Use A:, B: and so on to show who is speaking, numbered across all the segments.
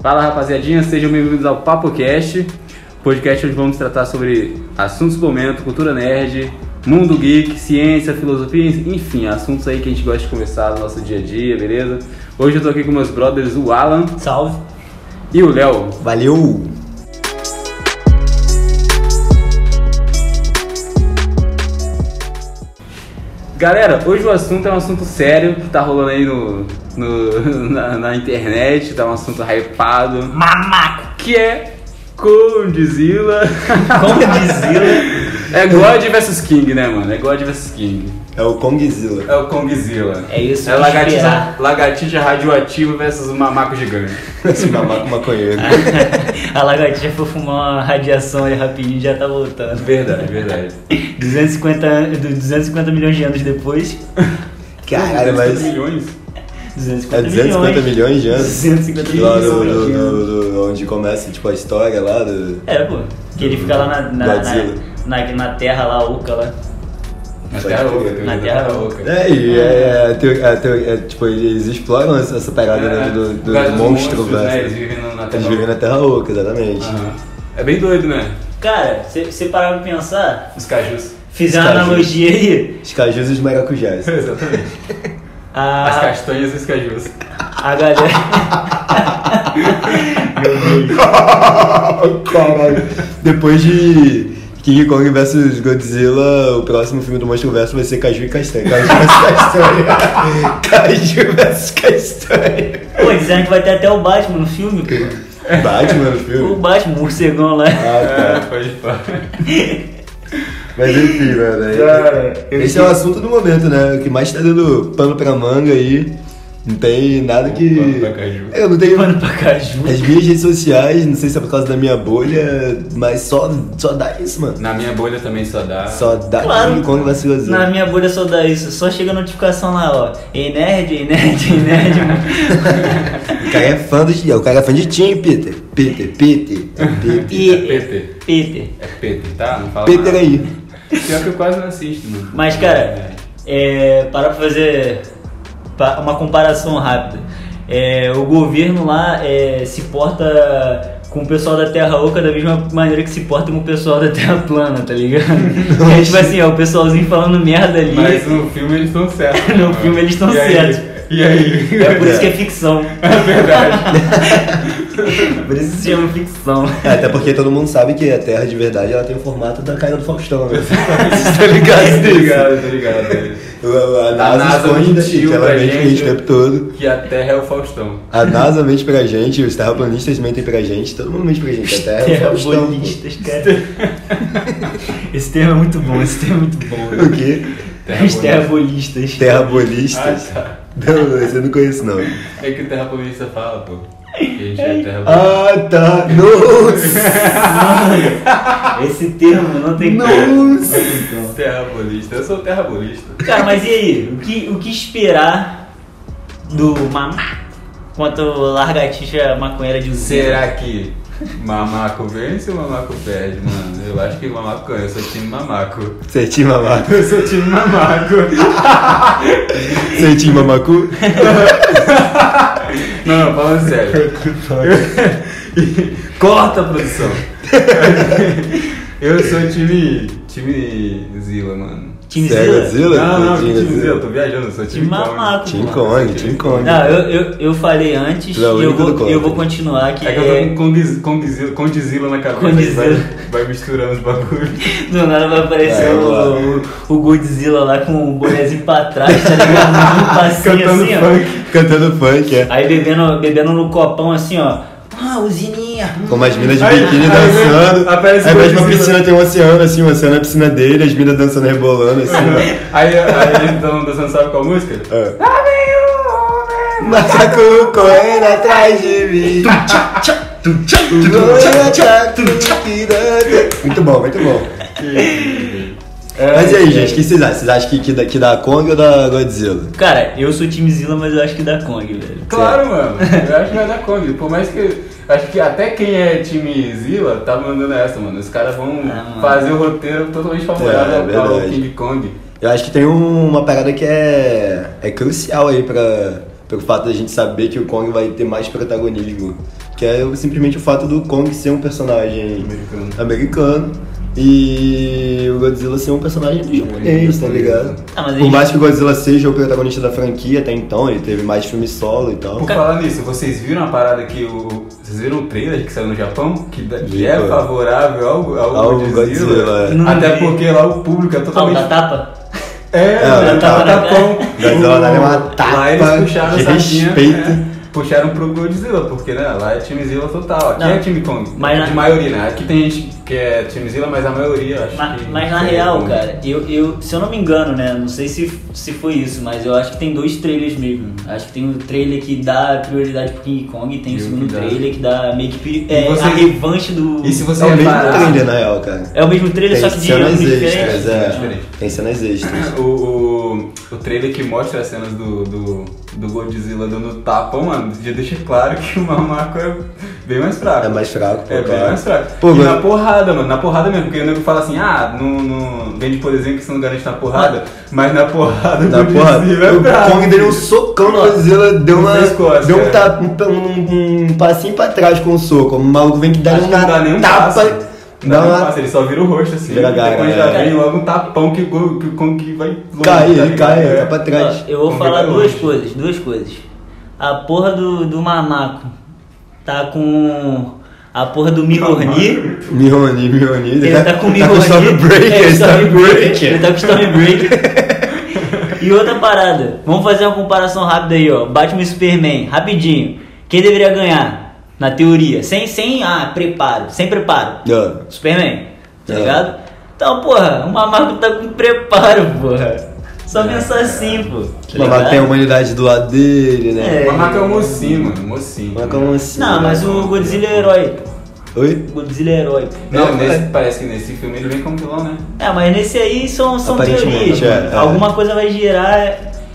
A: Fala rapaziadinha, sejam bem-vindos ao PapoCast, podcast onde vamos tratar sobre assuntos do momento, cultura nerd, mundo geek, ciência, filosofia, enfim, assuntos aí que a gente gosta de conversar no nosso dia a dia, beleza? Hoje eu tô aqui com meus brothers, o Alan
B: Salve.
A: e o Léo.
C: Valeu!
A: Galera, hoje o assunto é um assunto sério que tá rolando aí no, no- na, na internet, tá um assunto hypado,
B: Mamaco.
A: que é Condzilla.
B: Condizila.
A: é God vs King, né, mano? É God vs King.
C: É o Kongzilla.
A: É o Kongzilla.
B: É isso,
A: É
B: vamos
A: lagartixa,
B: esperar.
A: lagartixa radioativa versus um mamaco gigante.
C: Esse mamaco maconheiro.
B: A lagartixa foi fumar uma radiação ali rapidinho e já tá voltando.
A: Verdade, verdade.
B: 250, an- du- 250 milhões de anos depois.
C: Caralho,
A: 200
C: mas.
A: milhões.
C: É
B: 250
C: 250
B: milhões.
C: milhões de anos?
B: 250
C: Lá
B: milhões.
C: no, no- no- no- onde começa tipo a história lá do.
B: É, pô. Que ele fica lá na, na,
C: Godzilla.
B: na, na, na terra lá, oca lá.
A: Na
C: Pode
A: Terra
C: crer.
A: Oca.
B: Na
A: Na
B: Terra
A: Terra
B: Oca.
A: Oca.
C: É, e é, é, teo- é, teo- é, tipo, eles exploram essa essa parada né, do, do-
A: Por causa
C: do
A: é, dos
C: monstro,
A: monstros, né? Eles
C: velho.
A: vivem na- na
C: Eles
A: Terra
C: vivem
A: Oca.
C: na Terra Oca, exatamente.
A: Aham. É bem doido, né?
B: Cara, se você parar pra pensar,
A: Os cajus.
B: fizer uma
C: Estágio.
B: analogia aí.
C: Os cajus e os maracujás.
A: Exatamente. As
B: A,
A: castanhas e os cajus.
B: a galera.
C: Caralho. Depois de King Kong vs Godzilla, o próximo filme do Monstro Verso vai ser Caju e Castanha. Caju vs Castanha. Caju vs Castanha.
B: Pô, dizendo que vai ter até o Batman no filme, pô.
C: Batman no
B: O
C: filme.
B: Batman, o morcegão lá.
C: Ah, tá.
A: É, pode pá.
C: Mas enfim, mano. é-
A: Cara, eu
C: Esse é o assunto do momento, né? O que mais tá dando pano pra manga aí. Não tem nada que.
A: Pano pra caju.
C: Eu não tenho.
B: Mano pra caju.
C: As minhas redes sociais, não sei se é por causa da minha bolha, mas só, só dá isso, mano.
A: Na minha bolha também só dá.
C: Só dá
B: Claro.
C: King Kong vs Godzilla.
B: Na minha bolha só dá isso, só chega a notificação lá, ó. Ei nerd, ei nerd, ei nerd.
C: O cara é fã do o cara é fã de Tim, Peter. Peter, Peter, Peter.
B: E
A: PT.
B: Peter.
A: É PT, tá? Não fala
C: Peter
A: nada.
C: aí.
A: Pior que eu quase não assisto, mano.
B: Mas cara, é, para pra fazer pa- uma comparação rápida. É, o governo lá é, se porta com o pessoal da Terra Oca da mesma maneira que se porta com o pessoal da Terra Plana, tá ligado? É tipo assim, ó, o pessoalzinho falando merda ali.
A: Mas no filme eles estão certos. né,
B: No
A: mano.
B: filme eles estão
A: E aí?
B: certos.
A: E aí?
B: É por isso que é ficção.
A: É verdade.
B: Por isso se chama ficção.
C: É, até porque todo mundo sabe que a Terra de verdade ela tem o formato da cara do Faustão, né? tá ligado?
A: Tá
C: nisso?
A: ligado, tá ligado. velho.
C: A, a
A: A
C: NASA,
A: NASA
C: esconde da
A: mentiu
C: gente, ela
A: pra
C: mente pra
A: gente.
C: gente o tempo todo.
A: Que a Terra é o Faustão.
C: A NASA mente pra gente, os terraplanistas mentem pra gente, todo mundo mente pra gente. A Terra é o Faustão. pô.
B: Terrabolistas, cara. Esse termo é muito bom, esse termo é muito bom.
C: O quê?
B: Os terrabolistas.
C: Terrabolistas?
A: Ah, tá.
C: Não, não, esse eu não conheço não.
A: É que o terraplanista fala, pô. Que a gente é terraplanista.
C: Ah, tá. Nossa!
B: Esse termo não tem como.
C: Nossa!
A: Terraplanista. Eu sou terraplanista.
B: Cara, mas e aí? O que, o que esperar do mamá quanto largatixa maconheira de usina?
A: Será que Mamaco vence ou Mamaco perde, mano? Eu acho que Mamaco ganha. Eu sou time Mamaco.
C: Certinho, mamaco.
A: Eu sou time Mamaco.
C: Certinho, mamacu.
A: Não, não, falando sério. Corta a produção. Eu sou time. Time Zila, mano.
B: Time
C: Sério,
B: Zila?
C: Zila?
A: não, não, que time
C: Zila.
A: Zila, eu tô viajando, eu sou time
B: Time Mamaco,
C: Tim
B: pô.
C: Kong, Tim Kong.
A: Ah,
B: Não, eu, eu, eu falei antes
C: Não,
B: e eu
C: único do
B: vou,
C: Conde.
B: eu vou continuar que
A: É que eu tô com Kong- Kongzilla, Condizila na cabeça.
B: Condizila.
A: Vai, vai misturando os bagulhos.
B: Do nada vai aparecer
C: É,
B: o, o, o Godzilla lá com o bonezinho pra trás, tá ligado? Um passinho
A: Cantando
B: assim, ó.
A: funk.
C: Cantando funk, é.
B: Aí bebendo, bebendo no copão assim, ó. Ah, usininha. hum.
C: Com as minas de
A: Aí-
C: biquíni
A: aí
C: dançando.
A: vem- aparece
C: Aí vai pra
A: Godzilla.
C: piscina, tem um oceano, assim, o oceano é a piscina dele, as minas dançando, rebolando, assim, ó.
A: Aí, aí eles estão dançando, sabe qual música?
C: É.
A: Lá vem o homem.
C: Macaco correndo atrás de mim. Muito bom, muito bom.
A: É,
C: Mas e aí, gente, o que vocês acham? Vocês acham que, que, da, que da Kong ou da Godzilla?
B: Cara, eu sou time Zilla, mas eu acho que dá Kong, velho.
A: Claro, mano. Eu acho que vai dar Kong. Por mais que. Acho que até quem é time Zilla tá mandando essa, mano. Os caras vão
B: Ah, mano.
A: fazer o roteiro totalmente favorável
C: É,
A: ao
C: verdade.
A: King Kong.
C: Eu acho que tem um- uma parada que é, é crucial aí pra, pelo fato da gente saber que o Kong vai ter mais protagonismo. Que que é o- simplesmente o fato do Kong ser um personagem
D: Americano.
C: americano e o Godzilla ser um personagem do japonês, tá ligado?
B: Ah, mas
C: Por
B: ele-
C: mais que o Godzilla seja o protagonista da franquia até então, ele teve mais filme solo e tal.
E: Por falar nisso, vocês viram a parada que o. Vocês viram o trailer que saiu no Japão? Que, da- que é
C: Viu.
E: favorável ao, ao,
C: Ao
E: Godzilla?
C: Godzilla, é.
B: Não
E: Até
B: vi.
E: porque lá o público é
B: Ah, o
E: totalmente.
B: da tapa?
E: É,
C: É,
E: é,
C: o
E: tava
B: tapa-
E: tapão.
C: Godzilla dá uma
E: Lá eles
C: tapa
E: puxaram
C: de
E: a sardinha,
C: respeito.
E: né? Puxaram pro Godzilla, porque né, lá é timezilla total. Aqui
B: Não,
E: é time Kong.
B: mas na-
E: de maioria, né? Aqui tem gente que é timezilla, mas a maioria eu acho
B: Ma-
E: que.
B: Mas na
E: que é
B: real,
E: Kong.
B: cara, eu, eu, se eu não me engano, né? Não sei se, se foi isso, mas eu acho que tem dois trailers mesmo. Acho que tem um trailer que dá prioridade pro King Kong e tem
E: E
B: o
E: o
B: segundo
E: um que dá.
B: trailer que dá meio que pri-
E: E
B: é,
E: você-
B: a revanche do.
E: E se você
C: É o mesmo
E: reparar-
C: trailer, na real, cara.
B: É o mesmo trailer,
C: Tem
B: só que de anos
C: cenas
B: diferentes.
C: extras, é.
E: diferente.
C: Tem cenas extras.
E: O, o, o trailer que mostra as cenas do, do, do Godzilla dando tapa, mano, já deixa claro que o Mamaco é bem mais fraco.
C: É mais fraco, pô,
E: É bem
C: cara.
E: mais fraco.
C: Pô,
E: e
C: mas-
E: na porrada, mano, na porrada mesmo, porque o nego fala assim, ah, não, não vende por exemplo que você não garante na porrada, mas na porrada
C: Da
E: do
C: Tá, porra,
E: Godzilla é
C: o
E: brabo.
C: Kong deu um socão no Godzilla, deu uma.
E: Nas costas,
C: deu um,
E: cara.
C: tap, um, um- um passinho pra trás com o soco. O maluco vem que dá
E: Acho que
C: uma
E: não dá nem um
C: tapa.
E: passo. Não dá
C: dá
E: nem um
C: uma-
E: passo, ele só vira o rosto assim.
C: Vira a
E: depois
C: garra,
E: já
C: é.
E: vem logo um tapão que, o Go- que o Kong vai longe.
C: Cai,
E: tá
C: ele
E: ligado?
C: cai,
E: É.
C: tá pra trás.
B: Ó, eu vou
E: Vamos
B: falar
E: ver pra
B: duas
E: onde.
B: coisas, duas coisas. A porra do, do mamaco tá com a porra do Mihorni.
C: Mihoni, Mihoni.
B: Ele tá com o Mihorni.
C: Stormbreaker,
B: é,
C: Stormbreaker.
B: Ele tá com Stormbreaker. e outra parada, vamos fazer uma comparação rápida aí, ó. Batman e Superman, rapidinho. Quem deveria ganhar? Na teoria. Sem, sem ah, preparo. Sem preparo.
C: Ó,
B: Superman, tá
C: É.
B: ligado? Então, porra, uma marca tá com preparo, porra. Só pensar assim, pô. tá
C: É. Mas
B: ligado?
C: tem um- a humanidade do lado dele, né?
B: É.
E: O Mamaco é um mocinho, mano, mocinho.
C: Mas como assim?
B: Não, mas o Godzilla é herói.
C: Oi?
B: O Godzilla é herói. pô.
E: Não,
C: É,
E: nesse-
C: mas-
E: parece que nesse filme ele vem como vilão, né?
B: É, mas nesse aí são, são
C: Aparentemente,
B: teorias.
C: é,
B: mano.
C: é.
B: Alguma coisa vai gerar.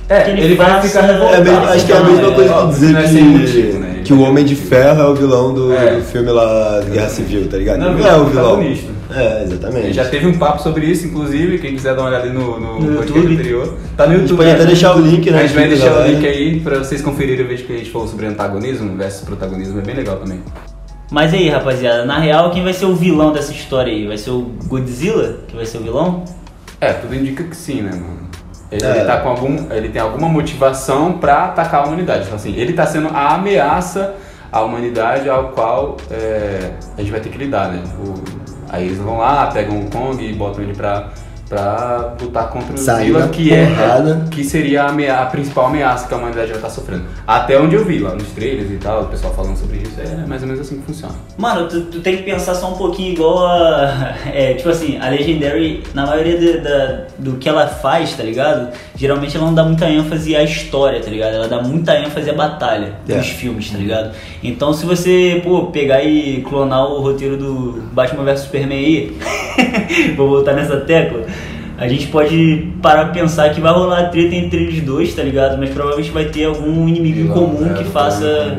E: É,
B: que
E: ele vai
B: faça-
E: ficar revoltado.
C: É mesmo- acho que é a
B: Não,
C: mesma
B: é,
C: coisa
E: ó,
C: que dizer
E: não é sem motivo, né?
C: que,
E: Ele
C: que o
E: vai ter
C: Homem de
E: motivo.
C: Ferro é o vilão do,
E: É.
C: do filme lá de Guerra Civil, tá ligado?
E: Não,
C: Ele
E: ele
C: não é
E: é
C: o
E: o
C: vilão.
E: protagonista.
C: É,
E: A gente
C: exatamente.
E: já teve um papo sobre isso, inclusive, quem quiser dar uma olhada aí no, no,
B: No
E: podcast
B: YouTube.
E: anterior. Tá no
C: A gente
E: YouTube.
C: pode até deixar o link, né?
E: A gente vai
C: aqui,
E: deixar o
C: galera.
E: link aí pra vocês conferirem o vídeo que a gente falou sobre antagonismo versus protagonismo, é bem legal também.
B: Mas aí, rapaziada, na real, quem vai ser o vilão dessa história aí? Vai ser o Godzilla? Que vai ser o vilão?
E: É, tudo indica que sim, né, mano? Ele,
C: É.
E: ele tá com algum. Ele tem alguma motivação pra atacar a humanidade. Então, assim, ele tá sendo a ameaça à humanidade ao qual é, a gente vai ter que lidar, né? O- aí eles vão lá, pegam o Kong e botam ele pra. Pra lutar contra o
C: Sair
E: Godzilla,
C: na
E: que é,
C: porrada.
E: que seria a, amea- a principal ameaça que a humanidade vai estar sofrendo. Até onde eu vi lá nos trailers e tal, o pessoal falando sobre isso, é mais ou menos assim que funciona.
B: Mano, tu, tu tem que pensar só um pouquinho igual a. É, tipo assim, a Legendary, na maioria de- da- do que ela faz, tá ligado? Geralmente ela não dá muita ênfase à história, tá ligado? Ela dá muita ênfase à batalha
C: É.
B: dos filmes, tá ligado? Então se você, pô, pegar e clonar o roteiro do Batman vs Superman aí, vou voltar nessa tecla. A gente pode parar pra pensar que vai rolar treta entre eles dois, tá ligado? Mas provavelmente vai ter algum inimigo
E: Vilão,
B: comum
E: é,
B: que
E: do
B: faça
E: plano.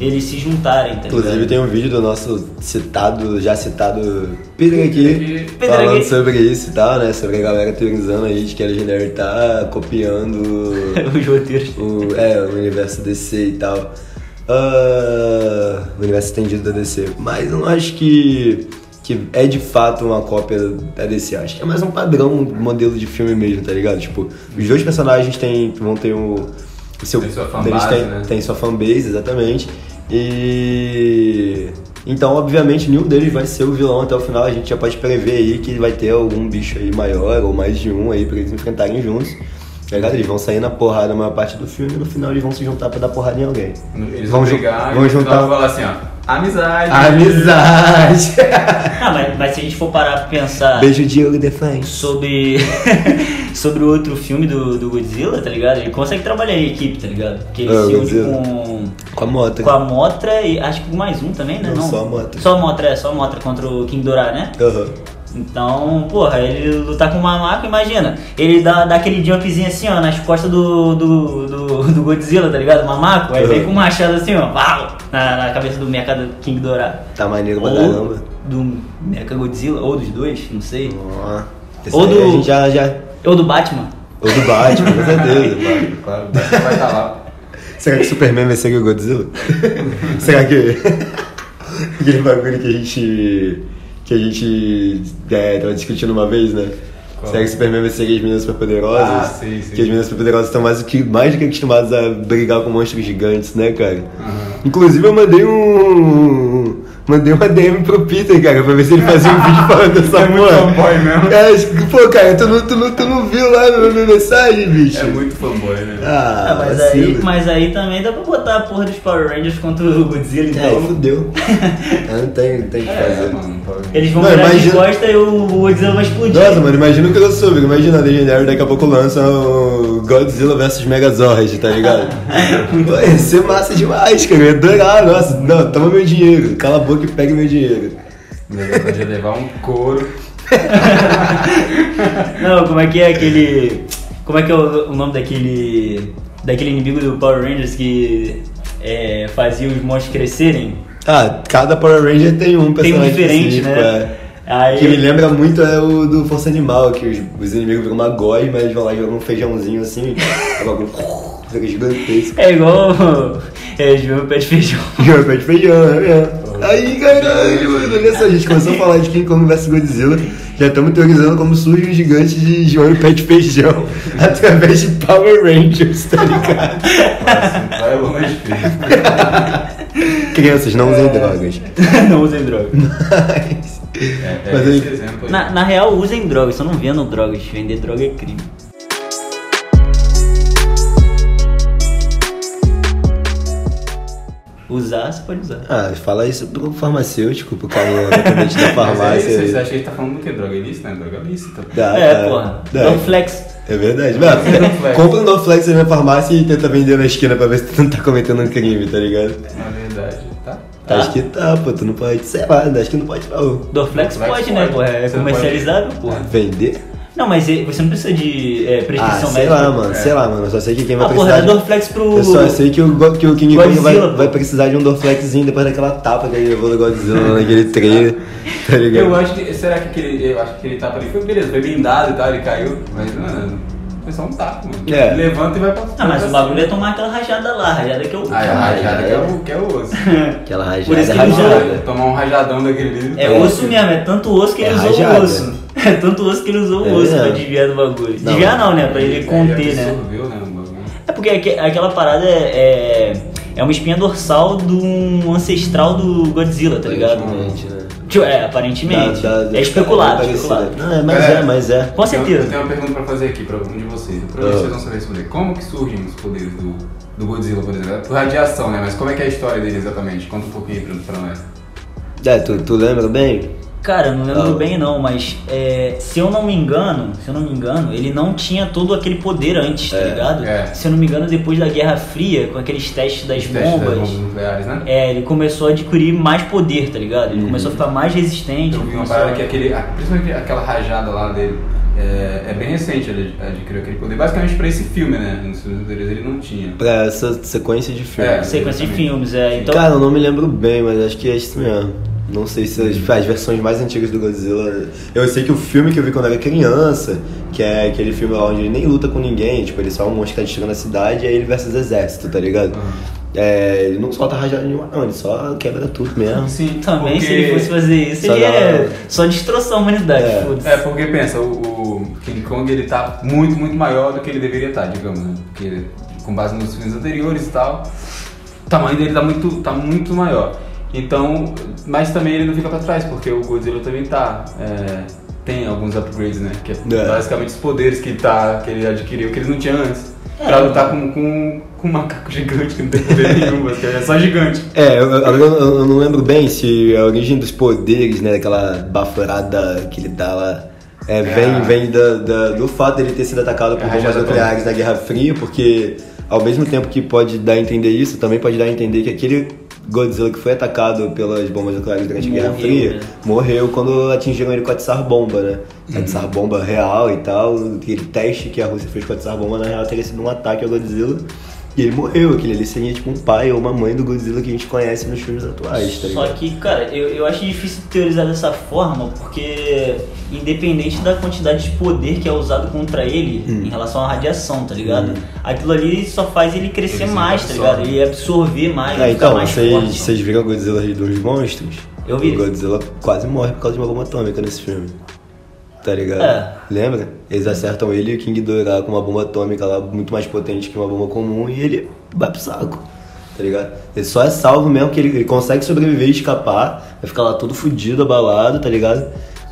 B: eles se juntarem, tá ligado?
C: Inclusive tem um vídeo do nosso citado, já citado Pedro aqui,
B: Pedro
C: falando
B: aqui.
C: sobre isso e tal, né? Sobre a galera teorizando aí de que a Legendary tá copiando
B: Os roteiros.
C: o, é, o universo DC e tal. Ah, o universo estendido da DC. Mas eu não acho que, que é de fato uma cópia da DC. Acho que é mais um padrão, um modelo de filme mesmo, tá ligado? Tipo, os dois personagens têm, vão ter um. O seu,
E: Tem sua fanbase,
C: eles têm,
E: né?
C: têm sua fanbase, exatamente. E. Então, obviamente, nenhum deles vai ser o vilão até o final. A gente já pode prever aí que vai ter algum bicho aí maior ou mais de um aí pra eles enfrentarem juntos. Tá ligado? Eles vão sair na porrada a maior parte do filme e no final eles vão se juntar pra dar porrada em alguém.
E: Eles vão,
C: ju-
E: brigar
C: vão
E: e no final
C: juntar. Ah.
E: falar assim, ó. Amizade!
C: Amizade!
B: Ah, mas, mas se a gente for parar pra pensar
C: Beijo, Diogo Defense.
B: sobre sobre o outro filme do, do Godzilla, tá ligado? Ele consegue trabalhar em equipe, tá ligado? Porque ele
C: É,
B: se une
C: Godzilla.
B: com,
C: Com a moto.
B: com a Motra e acho que mais um também, né?
C: Não,
B: Não,
C: só a Mothra.
B: Só a Motra, é, só a Motra contra o King Ghidorah, né?
C: Aham.
B: Então, porra, ele lutar com o Mamaco, imagina. Ele dá, dá aquele jumpzinho assim, ó, nas costas do, do, do, do Godzilla, tá ligado? O Mamaco, aí vem com o machado assim, ó, pau, na, na cabeça do mecha do King Ghidorah.
C: Tá maneiro pra
B: Ou
C: caramba.
B: do Mecha Godzilla, ou dos dois, não sei.
C: Ó, Esse
B: Ou
C: aí
B: do-
C: a gente já, já...
B: Ou do Batman.
C: Ou do Batman, com certeza.
E: Claro, vai estar lá.
C: Será que Superman vai ser o Godzilla? Será que. Aquele bagulho que a gente. que a gente é, tava discutindo uma vez, né?
E: Qual?
C: Será que Superman vai seguir as meninas superpoderosas?
E: Ah, sim, sim.
C: Que as meninas superpoderosas estão mais do que, mais do que acostumadas a brigar com monstros gigantes, né, cara? Inclusive eu mandei um. Mandei uma DM pro Peter, cara, pra ver se ele fazia um vídeo falando dessa
E: É muito
C: porra.
E: fanboy mesmo.
C: É, acho que- pô, cara, tu não, tu não, tu não viu lá na minha mensagem, bicho?
E: É muito fanboy, né?
C: Ah,
B: Ah, mas, aí, mas aí também dá pra botar a porra dos Power Rangers contra o Godzilla,
C: É, aí
B: então.
C: fudeu. Ah, não tem, não tem
B: É.
C: o que fazer.
E: mano, tá
B: Eles vão
C: Não,
B: virar
C: imagina-
B: de costa e o Godzilla vai explodir.
C: Nossa, mano, imagina o que eu soube. Imagina a Legendary daqui a pouco lança o Godzilla vs Megazord, tá ligado? Pô, Ia ser massa demais, cara. Eu ia adorar. Nossa, não, toma meu dinheiro. Cala a boca e pega meu dinheiro.
E: Podia levar um couro.
B: Não, como é que é aquele. Como é que é o, o nome daquele. Daquele inimigo do Power Rangers que é, fazia os monstros crescerem?
C: Ah, cada Power Ranger tem um
B: Tem um
C: personagem
B: diferente,
C: específico,
B: né?
C: é.
B: Aí,
C: Que me lembra muito é o do Força Animal, que os, os inimigos viram uma góis, mas eles vão lá e jogam um feijãozinho assim, jogam um fica gigantesco.
B: é igual. É, de meu pé de feijão.
C: Joga de feijão, é mesmo. Aí, caralho, mano, olha só, a gente começou a falar de King Kong vs Godzilla, já estamos teorizando como surge o gigante de João Pé de Feijão através de Power Rangers, tá ligado?
E: Nossa, assim, vai longe, filho.
C: Crianças, não usem drogas.
B: não usem drogas.
C: Mas,
E: É,
C: Mas
E: é
C: aí-
E: esse exemplo aí.
B: Na, na real, usem drogas, só não vendam drogas. Vender droga é crime. Usar, você pode usar.
C: ah, fala isso pro farmacêutico, pro cara dependente da
E: Mas é
C: farmácia.
E: isso, você acha que ele tá falando do que? Droga ilícita, né? Droga lícita.
C: Dá,
B: é,
C: dá,
B: porra.
C: dá.
B: Dá um flex.
C: É verdade. Mano,
E: Norflex.
C: compra um Norflex na farmácia e tenta vender na esquina pra ver se tu não tá cometendo um crime, tá ligado?
E: Na verdade, tá?
B: Tá.
C: Acho que tá, pô. Tu não pode, sei lá, acho que não pode não.
B: Dorflex
E: Dorflex
B: pode, né,
E: pode.
B: porra? É
E: Você não
B: comercializável, porra.
C: Vender?
B: Não, mas e- você não precisa de é,
C: Ah,
B: prescrição
C: sei
B: médica. é.
C: lá, mano, sei lá, mano. Eu só sei que quem vai
B: Ah, porra,
C: precisar. um- assim.
B: é Dorflex pro.
C: Eu só sei que o, Go- que o King Kong vai,
B: Godzilla, pô.
C: vai precisar de um Dorflexzinho depois daquela tapa que ele levou do Godzilla lá naquele trailer, tá ligado?
E: Eu acho que. Será que aquele. Eu acho que aquele tapa ali foi beleza, foi blindado e tal, ele caiu. Mas, mano, foi só um tapa, mano.
C: É.
E: Ele Levanta e vai pra.
B: Ah, mas o
E: pra
B: bagulho é tomar aquela rajada lá, rajada que eu.
E: Ah, é a rajada que é o, que é o osso.
C: Aquela
B: Por
C: rajada
B: isso que ele
C: rajada.
B: já-
E: Tomar um rajadão daquele ali.
B: É osso mesmo, é tanto osso que
C: É
B: ele usou
C: rajada.
B: o osso. É tanto osso que ele usou
C: É
B: o osso pra
C: mesmo.
B: desviar do bagulho.
C: Não.
B: Desviar não, né? Pra
E: É,
B: ele conter, né?
E: absorveu, né? o bagulho.
B: É porque aque- aquela parada é, é, é uma espinha dorsal de um ancestral do Godzilla, tá ligado?
C: Aparentemente, né?
B: Tipo, É, aparentemente.
C: Dá- dá-
B: é especulado,
C: dá- dá-
B: especulado.
C: tá, Não, é, mas é,
E: Galera,
C: mas é.
B: Com certeza.
E: Eu tenho uma pergunta pra fazer aqui pra um de vocês. Eu provavelmente vocês vão saber responder. Como que surgem os poderes do, do Godzilla, por exemplo? É Por radiação, né? Mas como é que é a história dele exatamente? Conta um pouquinho aí pra, pra nós.
C: É, tu, tu lembra bem?
B: Cara, não lembro
C: Ah.
B: bem não, mas é, se eu não me engano, se eu não me engano, ele não tinha todo aquele poder antes, tá
C: É,
B: ligado?
E: é.
B: Se eu não me engano, depois da Guerra Fria, com aqueles testes das
E: Os testes das
B: bombas,
E: bombas nucleares, né?
B: é, ele começou a adquirir mais poder, tá ligado? Ele
C: Uhum.
B: começou a ficar mais resistente.
E: Eu vi uma
B: começou
E: parada
B: a-
E: que é aquele, a- principalmente aquela rajada lá dele, é, é bem recente ele adquiriu aquele poder, basicamente pra esse filme, né? Nos filmes anteriores ele não tinha.
C: Pra essa sequência de filmes.
E: É.
B: Sequência de filmes, é. Então,
C: Cara, eu não me lembro bem, mas acho que é isso mesmo. Não sei se as, as versões mais antigas do Godzilla. Eu sei que o filme que eu vi quando era criança, que é aquele filme lá onde ele nem luta com ninguém, tipo, ele só é um monstro que tá destruindo a cidade e aí ele versus exército, tá ligado?
B: Ah.
C: É, ele não solta rajada nenhuma, não, ele só quebra tudo mesmo.
E: Sim,
B: Também se ele fosse fazer isso,
C: Só
B: ele é
C: dá-
B: só destroçar a humanidade,
C: É.
B: foda-se.
E: É, porque pensa, o, o King Kong ele tá muito, muito maior do que ele deveria estar, digamos, né? Porque com base nos filmes anteriores e tal, o tamanho dele tá muito, tá muito maior. Então, mas também ele não fica pra trás, porque o Godzilla também tá. é, tem alguns upgrades, né? Que é,
C: É.
E: basicamente os poderes que ele, tá, que ele adquiriu, que ele não tinha antes. Pra lutar com, com, com um macaco gigante que não tem poder nenhum, basicamente. É só gigante.
C: É, eu, eu- eu- eu não lembro bem se é a origem dos poderes, né, daquela baforada que ele dá lá, é, vem,
E: É.
C: vem da- da- do fato dele ter sido atacado por
E: É,
C: bombas
E: rajada
C: nucleares na Guerra Fria, porque ao mesmo tempo que pode dar a entender isso, também pode dar a entender que aquele Godzilla que foi atacado pelas bombas nucleares durante a Guerra
B: Morreu,
C: Fria
B: né?
C: morreu quando atingiram ele com a Tsar Bomba, né? A Tsar Bomba real e tal, aquele teste que a Rússia fez com a Tsar Bomba, na real teria sido um ataque ao Godzilla. E ele morreu, aquele ali seria tipo um pai ou uma mãe do Godzilla que a gente conhece nos filmes atuais, tá
B: Só
C: ligado?
B: que, cara, eu, eu acho difícil teorizar dessa forma, porque independente da quantidade de poder que é usado contra ele
C: Hum.
B: em relação à radiação, tá ligado? Aquilo ali só faz ele crescer
E: Ele se
B: mais, tá
E: absorve.
B: ligado? Ele absorver mais,
C: Ah,
B: ele ficar
C: então,
B: mais
C: vocês,
B: forte.
C: vocês viram o Godzilla Rei dos Monstros?
B: Eu vi.
C: O Godzilla quase morre por causa de uma bomba atômica nesse filme. Tá ligado?
B: É.
C: Lembra? Eles acertam ele e o King Ghidorah com uma bomba atômica lá muito mais potente que uma bomba comum e ele vai pro saco. Tá ligado? Ele só é salvo mesmo que ele, ele consegue sobreviver e escapar. Vai ficar lá todo fudido, abalado, tá ligado?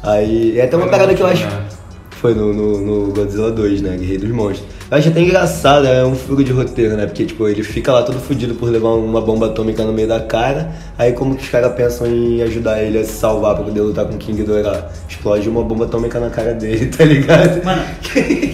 C: Aí. É até uma
E: Foi no
C: parada que eu acho.
E: último, né?
C: Foi no, no, no Godzilla 2, né? Guerreiro dos Monstros. Eu acho até engraçado, é um furo de roteiro, né? Porque, tipo, ele fica lá todo fudido por levar uma bomba atômica no meio da cara. Aí, como que os caras pensam em ajudar ele a se salvar pra poder lutar com o King Ghidorah? Explode uma bomba atômica na cara dele, tá ligado?
B: Mano,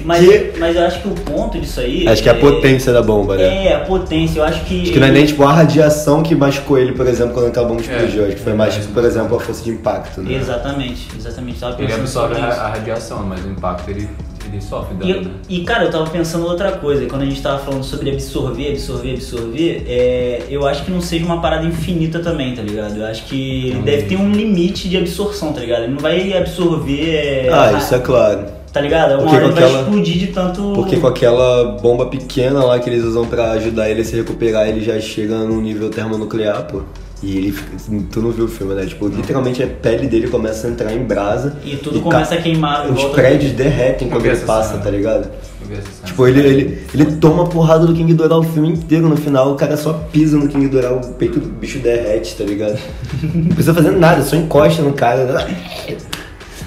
B: mas, mas eu acho que o ponto disso aí.
C: Acho que é a potência da bomba, né?
B: É, a potência. Eu acho que.
C: Acho que não é nem, tipo, a radiação que machucou ele, por exemplo, quando aquela bomba explodiu.
E: É.
C: Acho que foi mais, por exemplo, a força de impacto, né?
B: Exatamente, exatamente. Tava
E: Ele
B: pensando
E: absorve
B: sobre
E: a,
B: isso.
E: a radiação, mas o impacto ele, ele sofre dano, né?
B: E, e, cara, eu tava pensando outra coisa, quando a gente tava falando sobre absorver, absorver, absorver, é, eu acho que não seja uma parada infinita também, tá ligado? Eu acho que ele
E: Hum.
C: é
B: deve ter um limite de absorção, tá ligado? Ele não vai absorver. é,
C: Ah, isso é claro.
B: Tá ligado? Uma
C: Porque
B: hora
C: com
B: ele vai
C: aquela-
B: explodir de tanto.
C: Porque com aquela bomba pequena lá que eles usam pra ajudar ele a se recuperar, ele já chega num nível termonuclear, pô. E ele. fica- Tu não viu o filme, né? Tipo, literalmente a pele dele começa a entrar em brasa.
B: E tudo começa a queimar em
C: Os
B: volta
C: prédios derretem quando
E: Eu vi
C: ele
E: essa
C: passa,
E: cena.
C: tá ligado?
E: Eu vi essa cena.
C: Tipo, ele, ele, ele toma a porrada do King Doral o filme inteiro. No final, o cara só pisa no King Doral, o peito do bicho derrete, tá ligado? Não precisa fazer nada, só encosta no cara.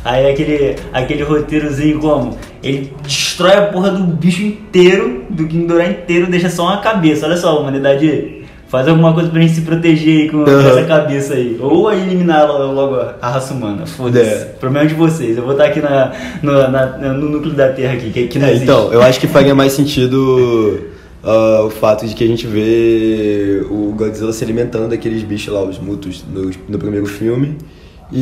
B: Aí aquele, aquele roteirozinho como? Ele destrói a porra do bicho inteiro, do King Ghidorah inteiro, deixa só uma cabeça. Olha só, humanidade, faz alguma coisa pra gente se proteger aí com
C: Aham.
B: essa cabeça aí. Ou aí eliminar lo- logo a raça humana. Foda-se.
C: É.
B: Problema de vocês. Eu vou estar aqui na, no, na- no núcleo da Terra aqui, que, que não
C: É,
B: existe.
C: então, eu acho que faria mais sentido ah, o fato de que a gente vê o Godzilla se alimentando daqueles bichos lá, os mutos, no, no primeiro filme.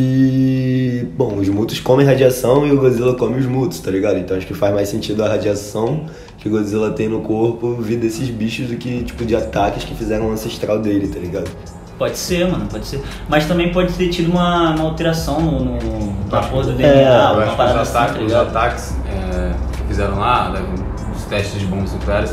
C: E, bom, os mutos comem radiação e o Godzilla come os mutos, tá ligado? Então acho que faz mais sentido a radiação que o Godzilla tem no corpo vir desses bichos do que, tipo, de ataques que fizeram o ancestral dele, tá ligado?
B: Pode ser, mano, pode ser. Mas também pode ter tido uma, uma alteração no, no, na porra do DNA,
C: é,
E: Eu
B: uma
E: acho que os
B: parada assim, tá
E: ataques, os
B: ligado?
E: ataques é, que fizeram lá, né, os testes de bombas nucleares,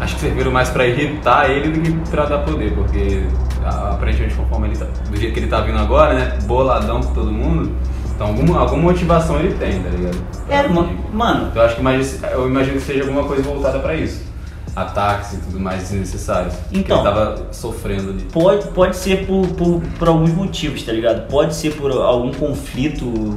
E: acho que serviram mais pra irritar ele do que pra dar poder, porque a- aparentemente conforme ele tá, do jeito que ele tá vindo agora, né, boladão com todo mundo, então alguma, alguma motivação ele tem, tá ligado?
B: É, ma- mano,
E: Então, Eu acho que mais, eu imagino que seja alguma coisa voltada pra isso. Ataques e tudo mais desnecessários. que
B: Então.
E: Ele tava sofrendo ali.
B: Pode, pode ser por, por, por alguns motivos, tá ligado? Pode ser por algum conflito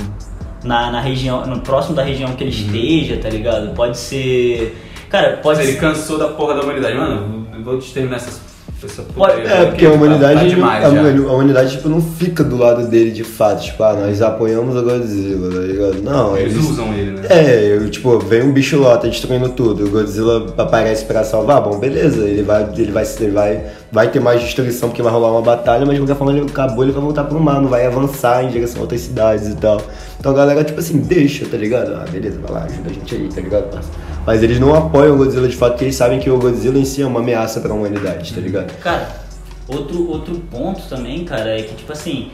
B: na, na região, no próximo da região que ele esteja, tá ligado? Pode ser. Cara, pode
E: Ele
B: ser.
E: cansou da porra da humanidade. Mano, eu vou te terminar essas. Essa
B: Pode-
E: porcaria
C: É, porque a
E: tá-
C: humanidade,
E: tá demais
C: a,
E: já.
C: humani- a humanidade tipo, não fica do lado dele de fato, tipo, ah, nós apoiamos o Godzilla, tá ligado? Não,
E: Eles usam ele, né?
C: É, eu, tipo, vem um bicho lá, tá destruindo tudo. O Godzilla aparece pra salvar, bom, beleza, ele vai, ele vai, ele vai, vai ter mais destruição porque vai rolar uma batalha, mas de qualquer forma ele acabou, ele vai voltar pro mar, não vai avançar em direção a outras cidades e tal. Então a galera, tipo assim, deixa, tá ligado? Ah, beleza, vai lá, ajuda a gente aí, tá ligado? parça? Mas eles não apoiam o Godzilla de fato, porque eles sabem que o Godzilla em si é uma ameaça pra humanidade, tá ligado?
B: Cara, outro, outro ponto também, cara, é que tipo assim.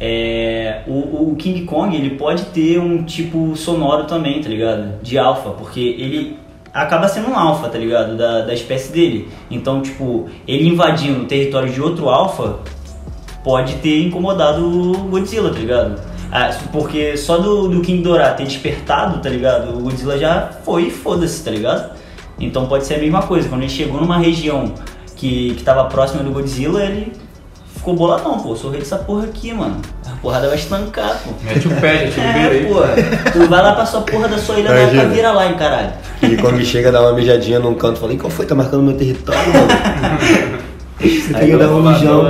B: é, o, o King Kong ele pode ter um tipo sonoro também, tá ligado? De alfa, porque ele acaba sendo um alfa, tá ligado? Da, da espécie dele. Então, tipo, ele invadindo o território de outro alfa pode ter incomodado o Godzilla, tá ligado? Ah, porque só do, do King Ghidorah ter despertado, tá ligado? O Godzilla já foi e foda-se, tá ligado? Então pode ser a mesma coisa. Quando ele chegou numa região que, que tava próxima do Godzilla, ele ficou boladão, pô. Sou rei dessa porra aqui, mano. A porrada vai estancar, pô.
E: Mete o pé, gente, é, vira
B: É,
E: aí.
B: pô. Tu vai lá pra sua porra da sua ilha
C: Imagina.
B: da vira lá, hein, caralho.
C: E quando chega, dá uma mijadinha num canto, fala, "Ih, qual foi? Tá marcando meu território, mano? Aí eu dava um mijão.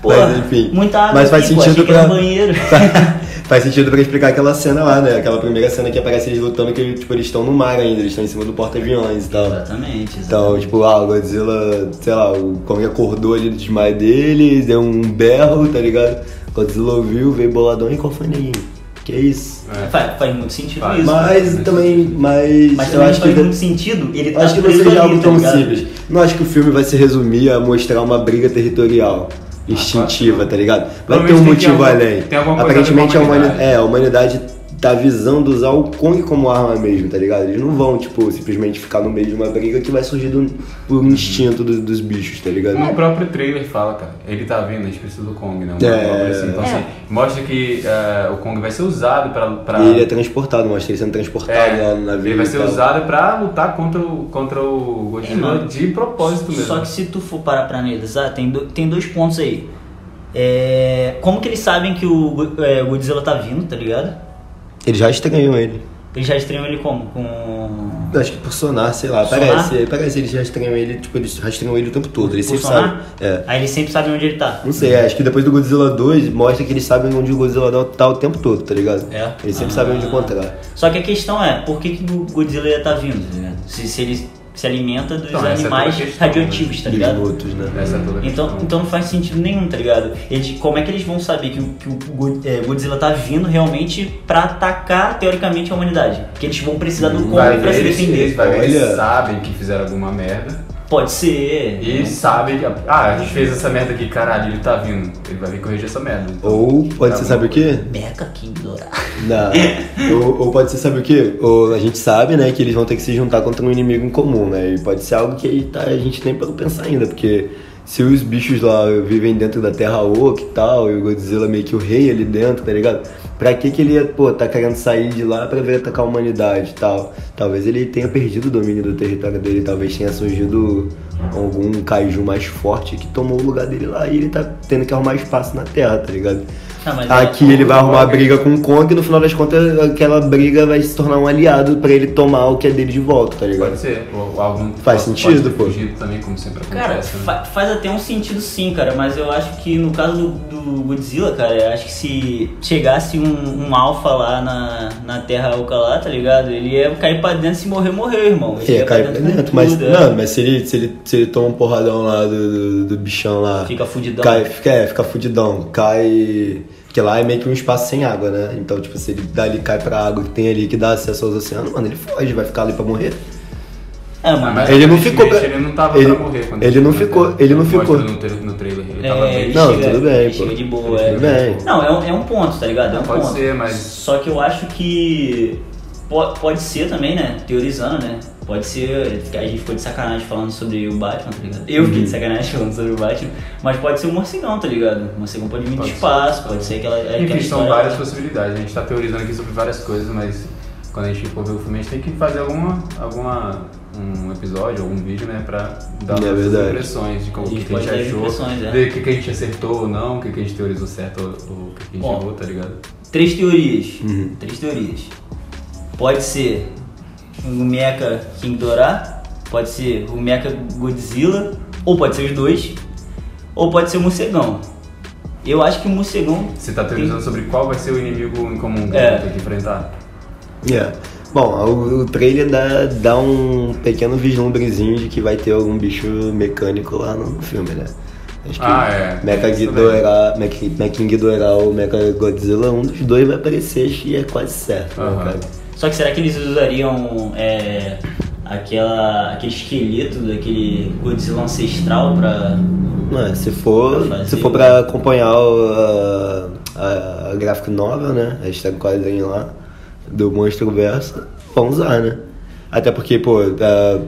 B: Pô,
C: Mas, enfim.
B: Muita água
C: Mas faz
B: aqui, pô.
C: sentido
B: Achei que era
C: pra-
B: banheiro.
C: Tá. Faz sentido pra explicar aquela cena lá, né? Aquela primeira cena que aparece eles lutando, que tipo, eles estão no mar ainda, eles estão em cima do porta-aviões e
B: Tá.
C: tal.
B: Exatamente,
C: Então, tipo, ah, o Godzilla, sei lá, o Kong acordou ali do desmaio dele, deu um berro, tá ligado? O Godzilla ouviu, veio boladão e qual foi, neguinho? Que é isso.
B: Faz, faz muito sentido
E: Faz.
B: isso.
C: Mas
E: né?
C: também, mas,
B: Mas
C: eu
B: também
C: acho que
B: faz
C: de-
B: muito sentido ele
C: eu
B: tá
C: acho que não
B: preso
C: seja
B: ali,
C: algo
B: tá
C: tão
B: ligado?
C: simples. Não acho que o filme vai se resumir a mostrar uma briga territorial instintiva, tá ligado? Vai ter um
E: Ah, Provavelmente tem que ter
C: motivo
E: algum-
C: além.
E: tem alguma coisa
C: Aparentemente
E: a ver com
C: a
E: a
C: humani-
E: humanidade.
C: é, a humanidade tá visando usar o Kong como arma mesmo, tá ligado? Eles não vão, tipo, simplesmente ficar no meio de uma briga que vai surgir do, do instinto do- dos bichos, tá ligado?
E: O É. próprio trailer fala, cara. Ele tá vendo a espécie do Kong, né? Uma
C: É.
E: obra assim. Então, assim,
B: É.
E: mostra que eh, o Kong vai ser usado pra. pra...
C: E ele é transportado, mostra ele sendo transportado
E: É,
C: lá no navio.
E: ele vai
C: e
E: ser
C: tal.
E: usado pra lutar contra o, contra o Godzilla
B: É, mano.
E: de propósito mesmo.
B: Só que se tu for parar pra analisar, tem, do- tem dois pontos aí. É, como que eles sabem que o Go- é, o Godzilla tá vindo, tá ligado?
C: Ele já estranhou ele.
B: Eles já estreiam ele como? Com.
C: Eu Acho que por sonar, sei lá,
B: Sonar?
C: parece, parece eles rastreiam ele, tipo, eles rastreiam ele o tempo todo, eles
B: com
C: sempre sabem.
B: sonar?
C: É.
B: Aí eles sempre sabem onde ele tá.
C: Não sei, acho que depois do Godzilla 2 mostra que eles sabem onde o Godzilla tá o tempo todo, tá ligado?
B: É.
C: Eles sempre sabem onde encontrar.
B: Só que a questão é, por que, que o Godzilla ia tá vindo, tá ligado? Se, se ele se alimenta dos
E: Então, essa é toda a
B: animais
E: questão,
B: radioativos, tá
C: Dos
B: ligado?
C: outros, né?
E: Essa é toda a
B: Então,
E: questão.
B: então não faz sentido nenhum, tá ligado? Eles, como é que eles vão saber que, o- que o Go- é, Godzilla tá vindo realmente pra atacar, teoricamente, a humanidade? Que eles vão precisar do Kong
E: vai
B: pra
E: ver
B: se
E: eles,
B: defender.
E: eles, vai ver, eles
C: Olha.
E: sabem que fizeram alguma merda.
B: Pode ser.
E: E eles sabem que. Ah, a gente fez essa merda aqui, caralho, ele tá vindo. Ele vai vir corrigir essa merda. Então,
C: Ou pode
E: Tá
C: ser,
E: bom.
C: sabe o quê?
B: Beca King Dourado.
C: Não. ou, ou pode ser, sabe o quê? Ou a gente sabe, né, que eles vão ter que se juntar contra um inimigo em comum, né? E pode ser algo que aí tá- a gente nem pode pensar ainda, porque se os bichos lá vivem dentro da Terra Oca e tal, e o Godzilla meio que o rei ali dentro, tá ligado? Pra que que ele ia, pô, tá querendo sair de lá pra vir atacar a humanidade e tal? Talvez ele tenha perdido o domínio do território dele, talvez tenha surgido algum kaiju mais forte que tomou o lugar dele lá e ele tá tendo que arrumar espaço na Terra, tá ligado?
B: Ah, mas é
C: Aqui ele vai arrumar a briga com o Kong e no final das contas aquela briga vai se tornar um aliado pra ele tomar o que é dele de volta, tá
E: pode
C: ligado?
E: ser. Ou algum
C: Faz
E: pode-
C: sentido,
E: pode ter
C: pô.
E: fugido também, como sempre
B: Cara,
E: acontece. né?
B: fa- faz até um sentido sim, cara, mas eu acho que no caso do, do Godzilla, cara, eu acho que se chegasse um, um alfa lá na, na Terra Oca lá, tá ligado? Ele ia cair pra dentro, se morrer, morreu, irmão. Ele
C: É,
B: ia
C: cai
B: pra
C: pra
B: com
C: dentro, mas.
B: tudo, é.
C: Não, mas se ele, se ele, se ele toma um porradão lá do, do, do bichão lá.
B: Fica fudidão.
C: Cai, fica, é, fica fudidão. Cai. Porque lá é meio que um espaço sem água, né? Então, tipo, se ele dali cai pra água que tem ali que dá acesso aos oceanos, mano, ele foge, vai ficar ali pra morrer.
B: É, mano.
E: mas
C: ele não
E: aparentemente
C: ficou pra-
E: Ele não tava
C: ele-
E: pra morrer quando
C: ele não
E: chegou,
C: ficou-
E: né?
C: ele não
E: Mostra
C: ficou.
E: No, tra- no trailer, ele
B: é,
E: tava
B: ele
E: bem.
C: Não,
B: chega-
C: tudo bem,
B: ele
C: pô.
B: Chega de boa, é.
C: Tudo bem.
B: Não, é um, é um ponto, tá ligado? É um
E: Pode
B: ponto.
E: ser, mas-
B: Só que eu acho que. po- Pode ser também, né? Teorizando, né? Pode ser. A gente ficou de sacanagem falando sobre o Batman, tá ligado? Eu fiquei de
E: Uhum.
B: sacanagem falando sobre o Batman. Mas pode ser o morcegão, tá ligado? O morcegão pode vir do
E: Pode ser.
B: espaço, pode ser aquela. aquela
E: Enfim, são
B: história lá.
E: várias possibilidades. A gente tá teorizando aqui sobre várias coisas, mas quando a gente for ver o filme, a gente tem que fazer alguma, alguma um episódio, algum vídeo, né? Pra dar
C: É
E: nossas
C: verdade.
E: impressões de como,
B: A
E: o que,
B: gente
E: que a
B: pode dar
E: gente achou,
B: impressões, é.
E: ver o que, que a gente acertou ou não, o que, que a gente teorizou certo ou ou o que, que a gente
B: Ó.
E: errou, tá ligado?
B: Três teorias. Três teorias. Pode ser o Mecha King Dora, pode ser o Mecha Godzilla, ou pode ser os dois, ou pode ser o Morcegão. Eu acho que o Morcegão.
E: Você tá teorizando sobre qual vai ser o inimigo em comum que
B: É.
E: a gente tem que enfrentar?
C: É. Bom, o, o trailer dá, dá um pequeno vislumbrezinho de que vai ter algum bicho mecânico lá no filme, né? Acho que
E: Ah, é.
C: Mecha
E: Isso
C: Ghidorah, Mecha- Mecha Ghidorah ou Mecha Godzilla, um dos dois vai aparecer, acho que é quase certo, né,
E: Aham.
C: cara?
B: Só que será que eles usariam é, aquela, aquele esqueleto daquele Godzilla ancestral pra.
C: Não, é, se
E: Tá
C: for,
B: Pra fazer.
C: se for
E: né?
C: pra acompanhar o, a, a graphic novel, né? A gente tem um quadrinho lá do Monstro Verso, vão usar, né? Até porque, pô, ah,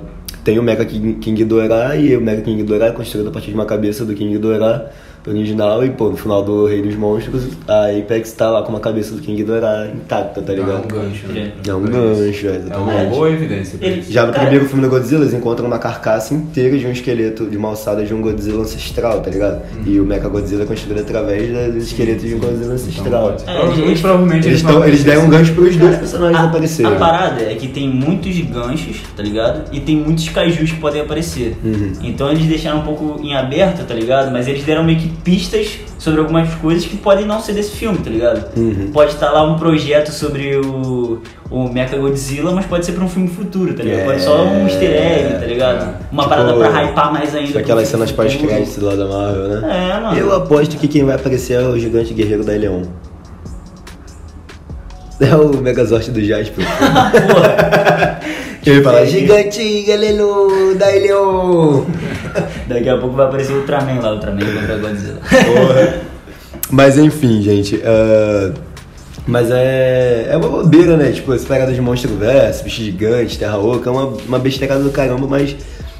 C: tem o Mecha King, King Dora e o Mecha King Dora é construído a partir de uma cabeça do King Dora original e, pô, no final do Rei dos Monstros, a Apex tá lá com uma cabeça do King Dora intacta, tá
E: Não, é
C: ligado?
E: um gancho, né?
C: É um gancho, é,
E: É uma
C: exatamente.
E: boa evidência. pra
B: Ele-
E: isso.
C: Já no
B: Cara.
C: primeiro filme do Godzilla, eles encontram uma carcaça inteira de um esqueleto, de uma alçada de um Godzilla ancestral, tá ligado? E o Mecha Godzilla é construído através da- dos esqueletos de um Godzilla ancestral.
E: pode ser.
B: É,
E: Provavelmente-
B: eles-
E: Então, provavelmente
C: eles,
E: vão
C: tão, eles
E: aparecer
C: deram um gancho pros dois personagens
B: A-
C: aparecerem.
B: A parada é que tem muitos ganchos, tá ligado? E tem muitos kaijus que podem aparecer.
C: Uhum.
B: Então eles deixaram um pouco em aberto, tá ligado? Mas eles deram meio que pistas sobre algumas coisas que podem não ser desse filme, tá ligado?
C: Uhum.
B: Pode estar lá um projeto sobre o, o Mecha Godzilla, mas pode ser pra um filme futuro, tá ligado? Pode ser só um easter egg, tá ligado? Uma
C: É, Tipo,
B: parada pra hypar mais ainda. pro
C: Aquelas
B: filme
C: cenas pós-créditos
B: futuro.
C: lá da Marvel, né?
B: É, mano.
C: Eu aposto que quem vai aparecer é o gigante guerreiro da Leão. um. É o Megazord do Jasper.
B: Porra,
C: Que ele fala, gigante, galelo, dai leon.
B: daqui a pouco vai aparecer o Ultraman lá, o Ultraman contra Godzilla.
C: Mas enfim, gente. ah, mas é. É uma bobeira, né? Tipo, essa pegada de monstro verso, bicho gigante, terra oca, é uma, uma besteirada do caramba, mas.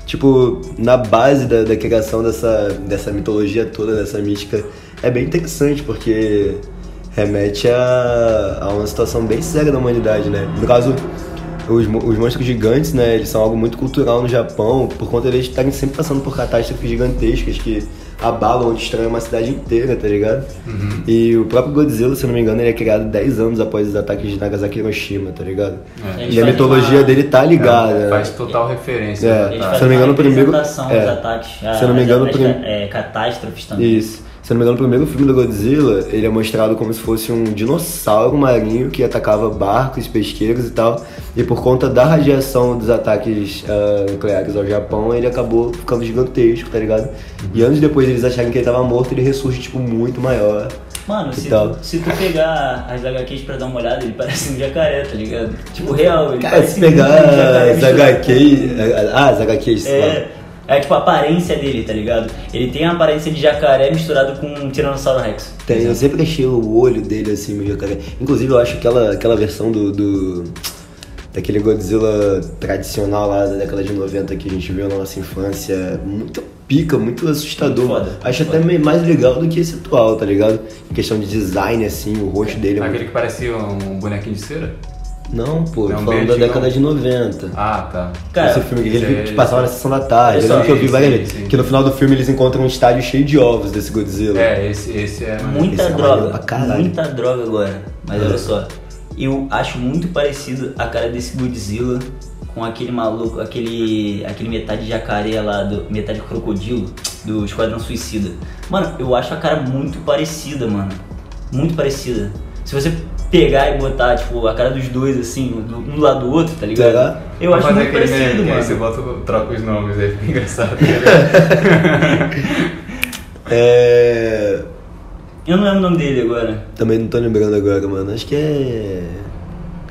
C: Tipo, na base da, da criação dessa, dessa mitologia toda, dessa mística, é bem interessante, porque remete a, a uma situação bem séria da humanidade, né? No caso, os, mo- os monstros gigantes, né, eles são algo muito cultural no Japão, por conta deles estarem sempre passando por catástrofes gigantescas que abalam ou destroem uma cidade inteira, tá ligado? E o próprio Godzilla, se eu não me engano, ele é criado 10 anos após os ataques de Nagasaki e Hiroshima, tá ligado?
B: É.
C: E a mitologia dele tá ligada, né?
E: É, Faz total referência.
C: É.
E: né?
B: Eles
C: Se eu não
E: Tá.
C: me
B: fazem
C: engano,
B: uma
C: o primeiro-
B: representação
C: é.
B: dos ataques.
C: Se eu não me
B: as-
C: engano, o
B: as-
C: primeiro-
B: é, catástrofes também.
C: Isso. Se eu não me engano, o primeiro filme do Godzilla, ele é mostrado como se fosse um dinossauro marinho que atacava barcos, pesqueiros e tal. E por conta da radiação dos ataques ah, nucleares ao Japão, ele acabou ficando gigantesco, tá ligado? E anos depois eles acharem que ele tava morto, ele ressurge, tipo, muito maior.
B: Mano,
C: E
B: se
C: tal.
B: tu, se tu pegar as HQs pra dar uma olhada, ele parece um jacaré, tá ligado? Tipo, real, ele
C: Cara,
B: parece
C: se pegar
B: muito um jacaré
C: as
B: misturado.
C: HQs... Ah, as HQs, sei lá.
B: É, é tipo a aparência dele, tá ligado? Ele tem a aparência de jacaré misturado com um Tiranossauro Rex.
C: Tem, eu sempre achei o olho dele assim, meio jacaré. Inclusive, eu acho aquela, aquela versão do, do- daquele Godzilla tradicional lá da década de 90 que a gente viu na nossa infância. Muito pica, muito assustador.
B: Muito foda.
C: acho até meio mais legal do que esse atual, tá ligado? Em questão de design, assim, o rosto dele é muito...
E: Aquele que parecia um bonequinho de cera?
C: Não, pô,
E: Não,
C: tô falando
E: bem
C: da
E: antigão.
C: década de 90.
E: Ah, tá.
B: Cara,
C: esse filme que
E: esse
C: ele
E: é-
C: que passava na sessão da tarde, eu
B: Pessoal,
C: lembro que eu vi
E: sim,
C: várias vezes.
E: sim.
C: Que no final do filme eles encontram um estádio cheio de ovos desse Godzilla.
E: É, esse, esse é mais.
B: Muita
C: Esse é maneiro
B: droga,
C: pra caralho.
B: muita droga agora. Mas
C: É.
B: olha só, eu acho muito parecido a cara desse Godzilla com aquele maluco, aquele, aquele metade jacaré lá, do, metade crocodilo do Esquadrão Suicida. Mano, eu acho a cara muito parecida, mano. Muito parecida. Se você pegar e botar, tipo, a cara dos dois, assim, do- um do lado do outro, tá ligado?
C: Será?
B: Eu acho
E: Fazer
B: muito
E: aquele meme,
B: parecido,
E: que é aí
B: mano.
E: você bota, troca os nomes, aí fica engraçado. Ele
C: é...
B: Eu não lembro o nome dele agora.
C: Também não tô lembrando agora, mano. Acho que é.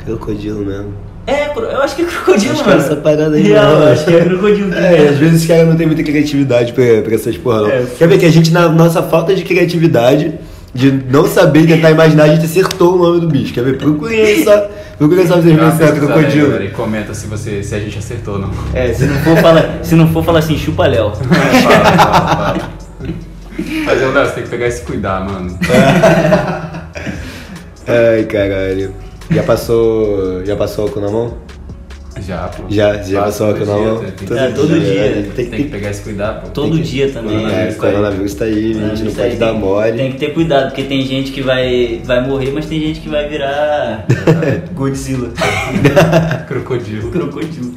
C: Crocodilo mesmo.
B: É, cro- eu acho que é crocodilo,
C: acho que é
B: mano.
C: essa parada aí,
B: Real,
C: não.
B: acho que é crocodilo.
C: É, às vezes os caras não têm muita criatividade pra, pra essas porra, não.
B: É.
C: Quer ver que a gente, na nossa falta de criatividade, de não saber tentar imaginar, a gente acertou o nome do bicho. Quer ver? Procurem aí só. Procurem só pra vocês verem se é crocodilo.
E: E comenta se, você, se a gente acertou ou não.
B: É, se não for falar, se não for falar assim, chupa Léo.
E: fala, fala, fala. Mas eu você tem que pegar e se cuidar, mano.
C: Ai, caralho. Já passou. Já passou álcool na mão?
E: Já, pô.
C: Já- já
E: Passa
C: passou
E: todo
C: aqui na
E: dia,
C: mão?
E: tem que-
C: Todo né?
B: É, todo dia.
E: Tem que pegar e se cuidar, pô.
B: Todo dia também.
C: É, o coronavírus tá aí, a gente não
B: Isso aí
C: pode dar
B: tem-
C: mole.
B: Tem que ter cuidado, porque tem gente que vai, vai morrer, mas tem gente que vai virar Godzilla.
E: Crocodilo.
B: crocodilo.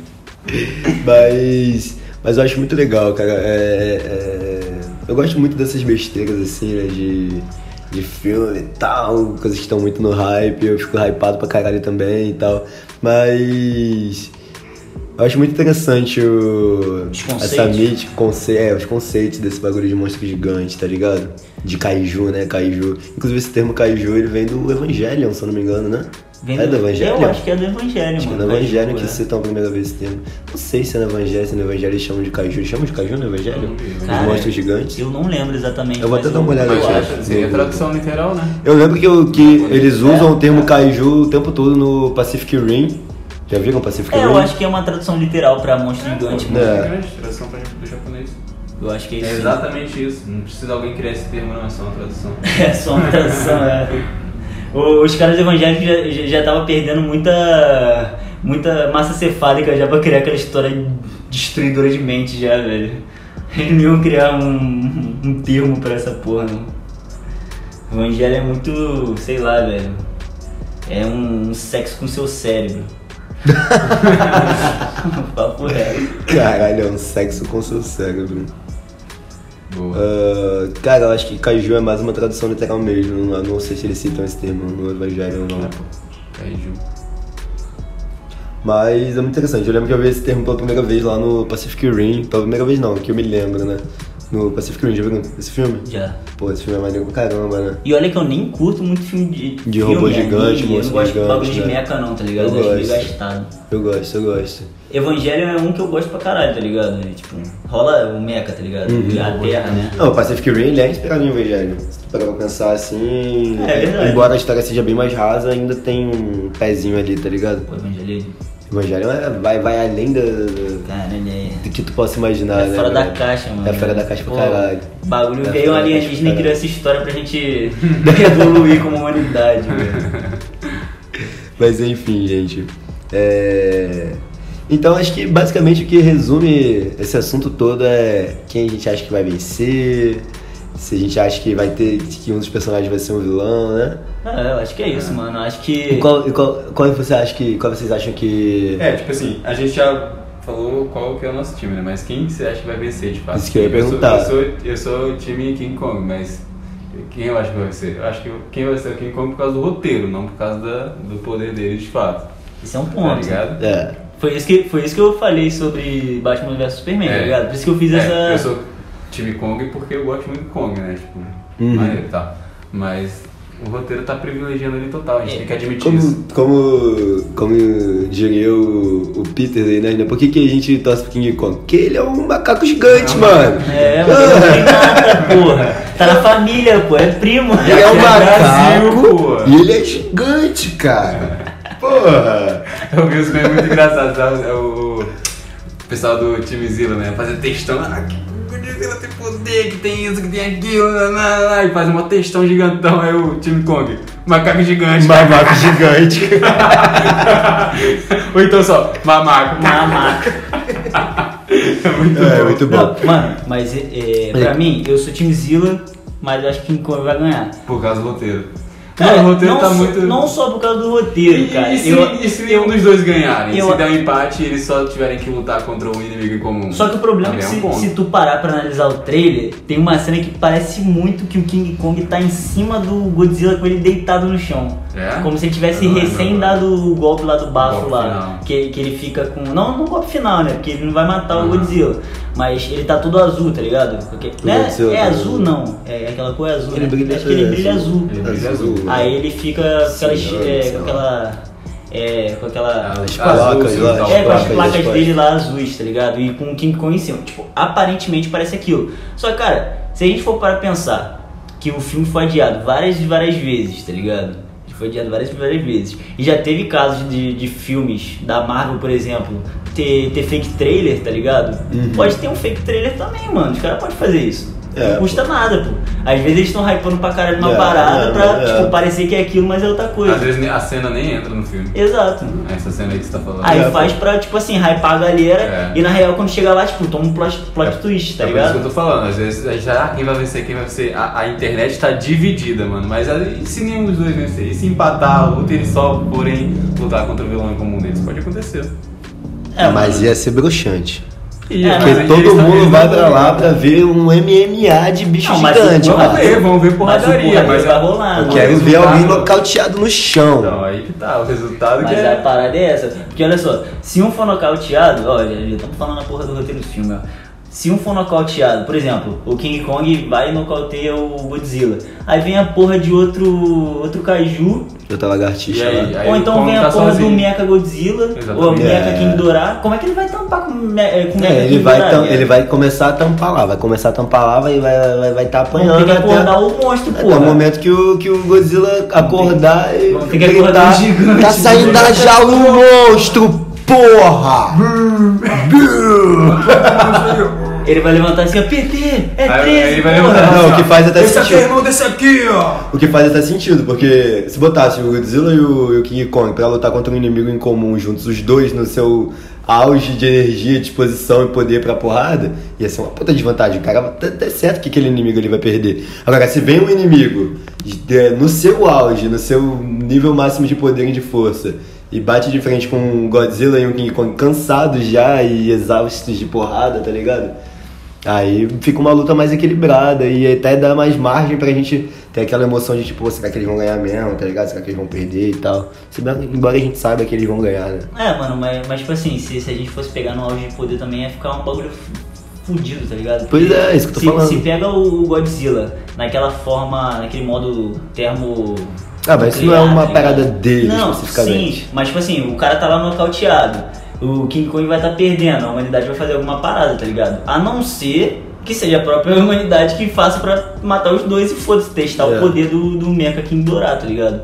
C: Mas, mas eu acho muito legal, cara. É, é- eu gosto muito dessas besteiras, assim, né? De, de filme e tal, coisas que estão muito no hype. Eu fico hypado pra caralho também e tal. Mas. Eu acho muito interessante o,
B: Os
C: essa
B: conceitos.
C: mítica, conce, é, os conceitos desse bagulho de monstro gigante, tá ligado? De kaiju, né? Kaiju. Inclusive esse termo kaiju, ele vem do Evangelion, se eu não me engano, né?
B: Vem
C: é do Evangelion?
B: Eu acho que é do Evangelho,
C: Acho que é
B: mano.
C: no Evangelho
B: Caju,
C: que
B: é.
C: citam a primeira vez esse termo. Não sei se é no Evangelho, se no Evangelho eles chamam de caju. Eles chamam de caju no Evangelho?
B: Cara,
C: Os monstros gigantes?
B: Eu não lembro exatamente.
C: Eu vou
B: mas
C: até dar uma olhada
B: eu
C: aqui.
B: acho.
E: Seria a tradução literal, né?
C: Eu lembro que, o- que eles usam o termo caju o tempo todo no Pacific Rim. Já viram Pacific
B: É,
C: Rim?
B: eu acho que é uma tradução literal pra monstro gigante, mano.
C: É.
E: Grande Tradução pra- do japonês.
B: Eu acho que é
E: É
B: isso.
E: exatamente isso. Não precisa alguém criar esse termo, não. É só uma tradução.
B: É só uma tradução, é. O- Os caras evangélicos já- já já estavam perdendo muita muita massa cefálica já pra criar aquela história destruidora de mente já, velho. Eles não iam criar um, um termo pra essa porra, não. Evangelho é muito, sei lá, velho. É um, sexo com seu cérebro. Papo reto.
C: Caralho, é um sexo com seu cérebro.
E: Boa.
C: Ah, cara, eu acho que caju é mais uma tradução literal mesmo. Eu não sei se eles citam esse termo no Evangelho ou não.
E: Kaiju.
C: Mas é muito interessante. Eu lembro que eu vi esse termo pela primeira vez lá no Pacific Rim. Pela primeira vez não, que eu me lembro, né? no Pacific Rim, já viu esse filme?
B: Já.
C: Pô, esse filme é maneiro pra caramba, né?
B: E olha que eu nem curto muito filme de.
C: De robô
B: anime,
C: gigante,
B: Eu
C: monstro
B: não gosto de bagulho de
C: gigante, né?
B: meca, não, tá ligado?
C: Eu
B: Eu acho meio
C: gosto.
B: gastado.
C: Eu gosto, eu gosto.
B: Evangelho é um que eu gosto pra caralho, tá ligado? E, tipo, rola o meca, tá ligado?
C: Uhum.
B: A terra, né?
C: Não, o Pacific Rim ele é inspirado em Evangelho. Se tu parar pra pensar assim.
B: É verdade.
C: Embora a história seja bem mais rasa, ainda tem um pezinho ali, tá ligado?
B: Pô, Evangelho,
C: Evangelho é- vai, vai além da- da-
B: caralho, é.
C: do que tu possa imaginar,
B: É
C: né?
B: fora da
C: velho?
B: caixa, mano.
C: É fora da caixa pra
B: Pô,
C: caralho.
B: Bagulho
C: É
B: veio um
C: fora da caixa
B: alienígena e
C: pra
B: criou
C: caralho.
B: essa história pra gente evoluir como humanidade, velho.
C: Mas enfim, gente. É... Então acho que basicamente o que resume esse assunto todo é quem a gente acha que vai vencer, se a gente acha que vai ter que um dos personagens vai ser um vilão, né?
B: Ah, eu acho que é isso, mano. Eu Acho que.
C: E qual, e qual, qual você acha que. Qual vocês acham que.
E: É, tipo assim, a gente já falou qual que é o nosso time, né? Mas quem você acha que vai vencer, de fato?
C: Isso que eu ia
E: sou-
C: perguntar.
E: Eu sou, eu sou, o time King Kong, mas quem eu acho que vai vencer? Eu acho que quem vai ser o King Kong por causa do roteiro, não por causa da- do poder dele, de fato.
B: Isso é um
E: Tá
B: ponto.
E: ligado?
C: É.
B: foi, isso que, foi isso que eu falei sobre Batman vs Superman, tá ligado? Por isso que eu fiz
E: é,
B: essa.
E: Eu sou time Kong porque eu gosto muito de Kong, né? Tipo,
C: Uhum.
E: maneiro, tá. Mas o roteiro tá privilegiando ele total, a gente
B: É.
E: tem que admitir isso.
C: Como, como, como diria o, o Peter aí, né? Por que, que a gente torce pro King Kong? Porque ele é um macaco gigante,
E: Não,
C: mano.
B: É, mas não tem nada, porra. Tá na família, pô. É primo.
C: Ele é um
E: Aqui é
C: macaco
E: Brasil, pô.
C: e ele é gigante, cara. Porra!
E: Eu vi os memes muito engraçados, tá? É o, o pessoal do time Zila, né? Fazendo textão. Ah, que o Godzilla tem poder, que tem isso, que tem aquilo, lá, lá, lá", e faz uma textão gigantão. Aí o time Kong, macaco gigante.
C: Mamaco gigante.
E: Ou então só, mamaco.
B: Mamaca.
E: É muito
C: É,
E: bom.
C: muito bom.
B: Não, mano, mas é, é, pra mim, eu sou time Zilla, mas eu acho que King Kong vai ganhar.
E: Por causa do roteiro.
B: Cara,
E: Mano, o roteiro
B: não
E: tá
B: só,
E: muito.
B: Não só por causa do
E: E,
B: roteiro, cara.
E: e se,
B: Eu-
E: e se nenhum dos dois ganharem?
B: eu-
E: se der um empate e eles só tiverem que lutar contra um inimigo em comum?
B: Só que o problema é que
E: Também
B: se,
E: um ponto.
B: se tu parar pra analisar o trailer, tem uma cena que parece muito que o King Kong tá em cima do Godzilla com ele deitado no chão.
E: É?
B: Como se ele tivesse
E: Eu não lembro
B: recém
E: agora.
B: dado o golpe lá do bafo
E: golpe
B: lá.
E: final.
B: Que, que ele fica com. Não no golpe final, né? Porque ele não vai matar o
E: Uhum.
B: Godzilla. Mas ele tá todo azul, tá ligado? Porque,
C: O
B: né?
C: Godzilla
B: é
C: tá
B: azul
C: azul.
B: não. É aquela cor azul.
C: Ele
B: né?
C: brilha-
B: Acho que ele
C: é,
B: brilha
C: azul.
B: azul.
E: Ele brilha
C: Azul.
E: azul.
B: Aí ele fica com aquela.
C: Senhor,
B: é, com
C: senhor.
B: aquela. É, com aquela.
E: As
C: placas
E: sim,
C: lá,
E: tá,
C: as
B: É, com as
C: placas,
B: placas
C: as placas.
B: dele lá azuis, tá ligado? E com o King Kong em cima. Tipo, aparentemente parece aquilo. Só que, cara, se a gente for para pensar que o filme foi adiado várias e várias vezes, tá ligado? Ele Foi adiado várias e várias vezes. E já teve casos de, de filmes da Marvel, por exemplo, ter, ter fake trailer, tá ligado?
C: Uhum.
B: Pode ter um fake trailer também, mano. Os caras podem fazer isso.
C: É,
B: não custa nada, pô. Às vezes eles estão hypando pra caralho uma
C: É,
B: parada
C: é,
B: pra,
C: é.
B: tipo, parecer que é aquilo, mas é outra coisa.
E: Às vezes a cena nem entra no filme.
B: Exato.
E: Essa cena aí que você tá falando.
B: Aí
C: É,
B: faz pra, tipo assim, hypar a galera
E: É.
B: e na real quando chega lá, tipo, toma um plot, plot twist, tá
E: é por isso que eu
B: ligado?
E: tô falando, às vezes já quem vai vencer, quem vai vencer, a, a internet tá dividida, mano. Mas aí, se nenhum dos dois vencer, e se empatar, ou ter só, porém, lutar contra o vilão em comum deles, pode acontecer.
B: É,
C: Mas ia ser broxante.
E: E,
B: É,
E: mas
C: Porque
E: aí
C: todo
E: eles também
C: mundo
E: não
C: vai
E: vão-
C: pra lá pra ver um MMA de bicho
B: Não, mas
C: gigante,
B: vamos
E: Vamos
C: mano.
E: ver, vamos É, ver porradaria,
B: mas
E: mas,
B: vai rolar, né?
E: o é-
C: Quero ver
E: resultado-
C: alguém nocauteado no chão.
E: Então, aí que tá, o resultado que
B: Mas
E: é.
B: a parada é essa. Porque olha só, se um for nocauteado, ó, já estamos falando a porra do roteiro do filme, ó. Se um for nocauteado, por exemplo, o King Kong vai e nocauteia o Godzilla. Aí vem a porra de outro outro caju,
C: Eu tava né?
E: E
C: lagartixa
E: aí,
C: lá.
E: aí
B: ou
E: o
B: então
E: Kong
B: vem a
E: tá
B: porra
E: sozinho.
B: do Mecha Godzilla, ou o
E: Exatamente.
B: Mecha
C: É.
B: King Ghidorah. Como é que ele vai tampar com o Me- eh, com o Mecha
C: É, ele,
B: King
C: vai
B: Ghidorah,
C: tam-
B: né?
C: ele vai começar a tampar lá, vai começar a tampar lá, vai vai vai, vai tá
B: Vamos né? ter
C: apanhando
B: que acordar um
C: até,
B: o monstro,
C: até o
B: porra.
C: momento que o, que o Godzilla acordar e
B: Vamos ter que acordar um gigante,
C: tá saindo da jaula um monstro, porra!
B: Ele vai levantar assim, ó, PT, é
E: Aí-
B: 13,
E: aí ele vai
B: porra.
E: levantar.
C: Não, o que faz tá até
E: Esse aqui é
C: sentido.
E: irmão desse aqui, ó!
C: O que faz até sentido, porque se botasse o Godzilla e o, e o King Kong pra lutar contra um inimigo em comum juntos, os dois no seu auge de energia, disposição e poder pra porrada, ia ser uma puta desvantagem. O cara tá, tá certo que aquele inimigo ele vai perder. Agora, se vem um inimigo é, no seu auge, no seu nível máximo de poder e de força, e bate de frente com um Godzilla e um King Kong cansados já e exaustos de porrada, tá ligado? Aí fica uma luta mais equilibrada e até dá mais margem pra gente ter aquela emoção de tipo, será que eles vão ganhar mesmo, tá ligado? Será que eles vão perder e tal. Se bem- Embora a gente saiba que eles vão ganhar, né?
B: É, mano, mas, mas tipo assim, se, se a gente fosse pegar no auge de poder também ia ficar um bagulho f- fudido, tá ligado?
C: Pois é, é isso que eu tô
B: se,
C: falando.
B: Se pega o Godzilla naquela forma, naquele modo termo.
C: Ah, mas isso não é
B: nuclear,
C: uma
B: tá ligado?
C: parada dele
B: Não,
C: especificamente.
B: Sim, mas tipo assim, o cara tá lá nocauteado. O King Kong vai estar perdendo, a humanidade vai fazer alguma parada, tá ligado? A não ser que seja a própria humanidade que faça pra matar os dois e foda-se, testar
C: É.
B: o poder do, do Mecha King Dourado, tá ligado?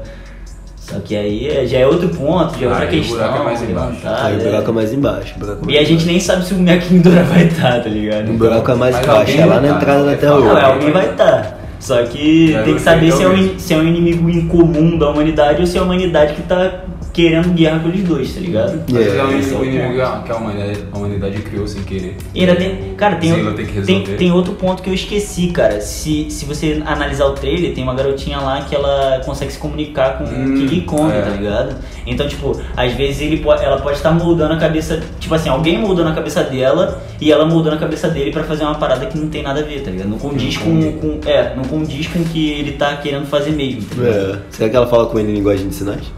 B: Só que aí é- já é outro ponto, já é
E: Ah,
B: outra
E: aí o
B: questão.
E: buraco é mais
B: tá
E: embaixo.
B: levantada,
C: Aí o
B: é.
C: buraco é mais embaixo. o buraco é
B: E
C: mais
B: a gente nem sabe se o Mecha King Dourado vai estar, tá ligado?
C: O buraco é mais
E: Mas
C: baixo,
E: alguém
C: é lá na
E: vai tá,
C: entrada da
E: alguém
C: Terra
E: vai
B: Não,
E: tá.
C: Oca.
B: é, alguém vai estar. Só que
E: É,
B: tem que
E: eu
B: saber
E: sei,
B: se é, um,
E: talvez.
B: se é um inimigo incomum da humanidade ou se é a humanidade que tá querendo guerra com eles dois, tá ligado?
E: Mas
C: Yeah,
E: é o
B: esse é o
E: inimigo- o
B: ponto.
E: inimigo que a- que a humanidade, a humanidade criou sem querer.
B: E ainda tem. Cara, tem, um-
E: Sim, vai ter que resolver.
B: tem, tem outro ponto que eu esqueci, cara. Se, se você analisar o trailer, tem uma garotinha lá que ela consegue se comunicar com o
E: Hum,
B: King Kong,
E: é.
B: tá ligado? Então, tipo, às vezes ele po- ela pode estar moldando a cabeça. Tipo assim, alguém moldando a cabeça dela e ela moldando a cabeça dele pra fazer uma parada que não tem nada a ver, tá ligado? Não condiz com,
E: Kong.
B: com. É, não condiz com o que ele tá querendo fazer mesmo,
E: né?
B: tá ligado?
C: É. Será que ela fala com ele em linguagem de sinais?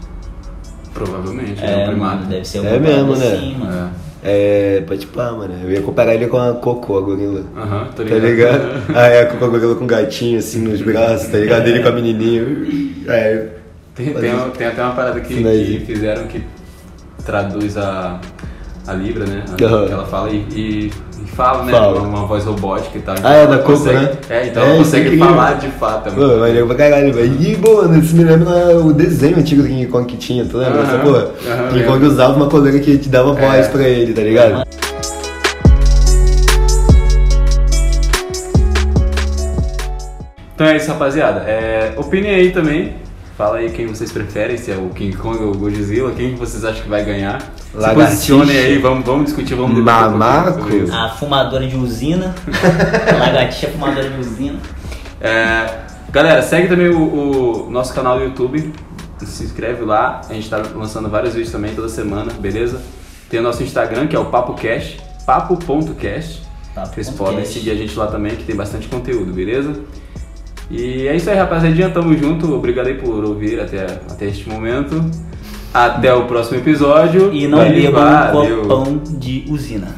E: Provavelmente, é, um primado.
B: deve ser
C: É
B: alguma
C: mesmo,
B: parada
C: né?
B: assim, mano.
E: É.
C: É, pode pá, mano. Eu ia comparar ele com a Cocô, a gorila.
E: Aham, tô
C: Tá
E: ligado.
C: ligado? Aí a Cocô gorila com um gatinho assim nos braços, tá ligado? Ele com a menininha. É.
E: Tem, tem, tem até uma parada que,
C: Finalzinho.
E: que fizeram que traduz a, a Libra, né? A-
C: Aham.
E: Que ela fala e, e- e fala, né?
C: Fala.
E: Uma, uma voz robótica e tal. Então
C: Ah, é da Coco,
E: consegue,
C: né?
E: É, então
C: É, isso
E: ela
C: é
E: consegue
C: incrível.
E: falar de fato. mano.
C: Mano, maneiro pra caralho, velho. E, pô, mano, isso me lembra o desenho antigo do King Kong que tinha, tu lembra? Essa
E: Aham,
C: porra.
E: aham,
C: King
E: lembro.
C: Kong usava uma coleira que te dava voz
E: É.
C: pra ele, tá ligado?
E: Então é isso, rapaziada. É, opinem aí também. Fala aí quem vocês preferem, se é o King Kong ou o Godzilla, quem que vocês acham que vai ganhar. Se
C: Lagartixa.
E: posicionem aí, vamos, vamos discutir, vamos debater um pouquinho
C: Mamaco.
E: sobre isso.
B: A fumadora de usina. a lagartixa fumadora de usina.
E: É, galera, segue também o, o nosso canal do YouTube. Se inscreve lá. A gente tá lançando vários vídeos também toda semana, beleza? Tem o nosso Instagram, que é o PapoCast, papo.cast.
B: Papo
E: Vocês
B: ponto
E: podem
B: cast.
E: seguir a gente lá também, que tem bastante conteúdo, beleza? E é isso aí, rapaziadinha. Tamo junto. Obrigado aí por ouvir até, até este momento. Até o próximo episódio.
B: E não
E: Valeu,
B: beba um
E: valeu.
B: copão de usina.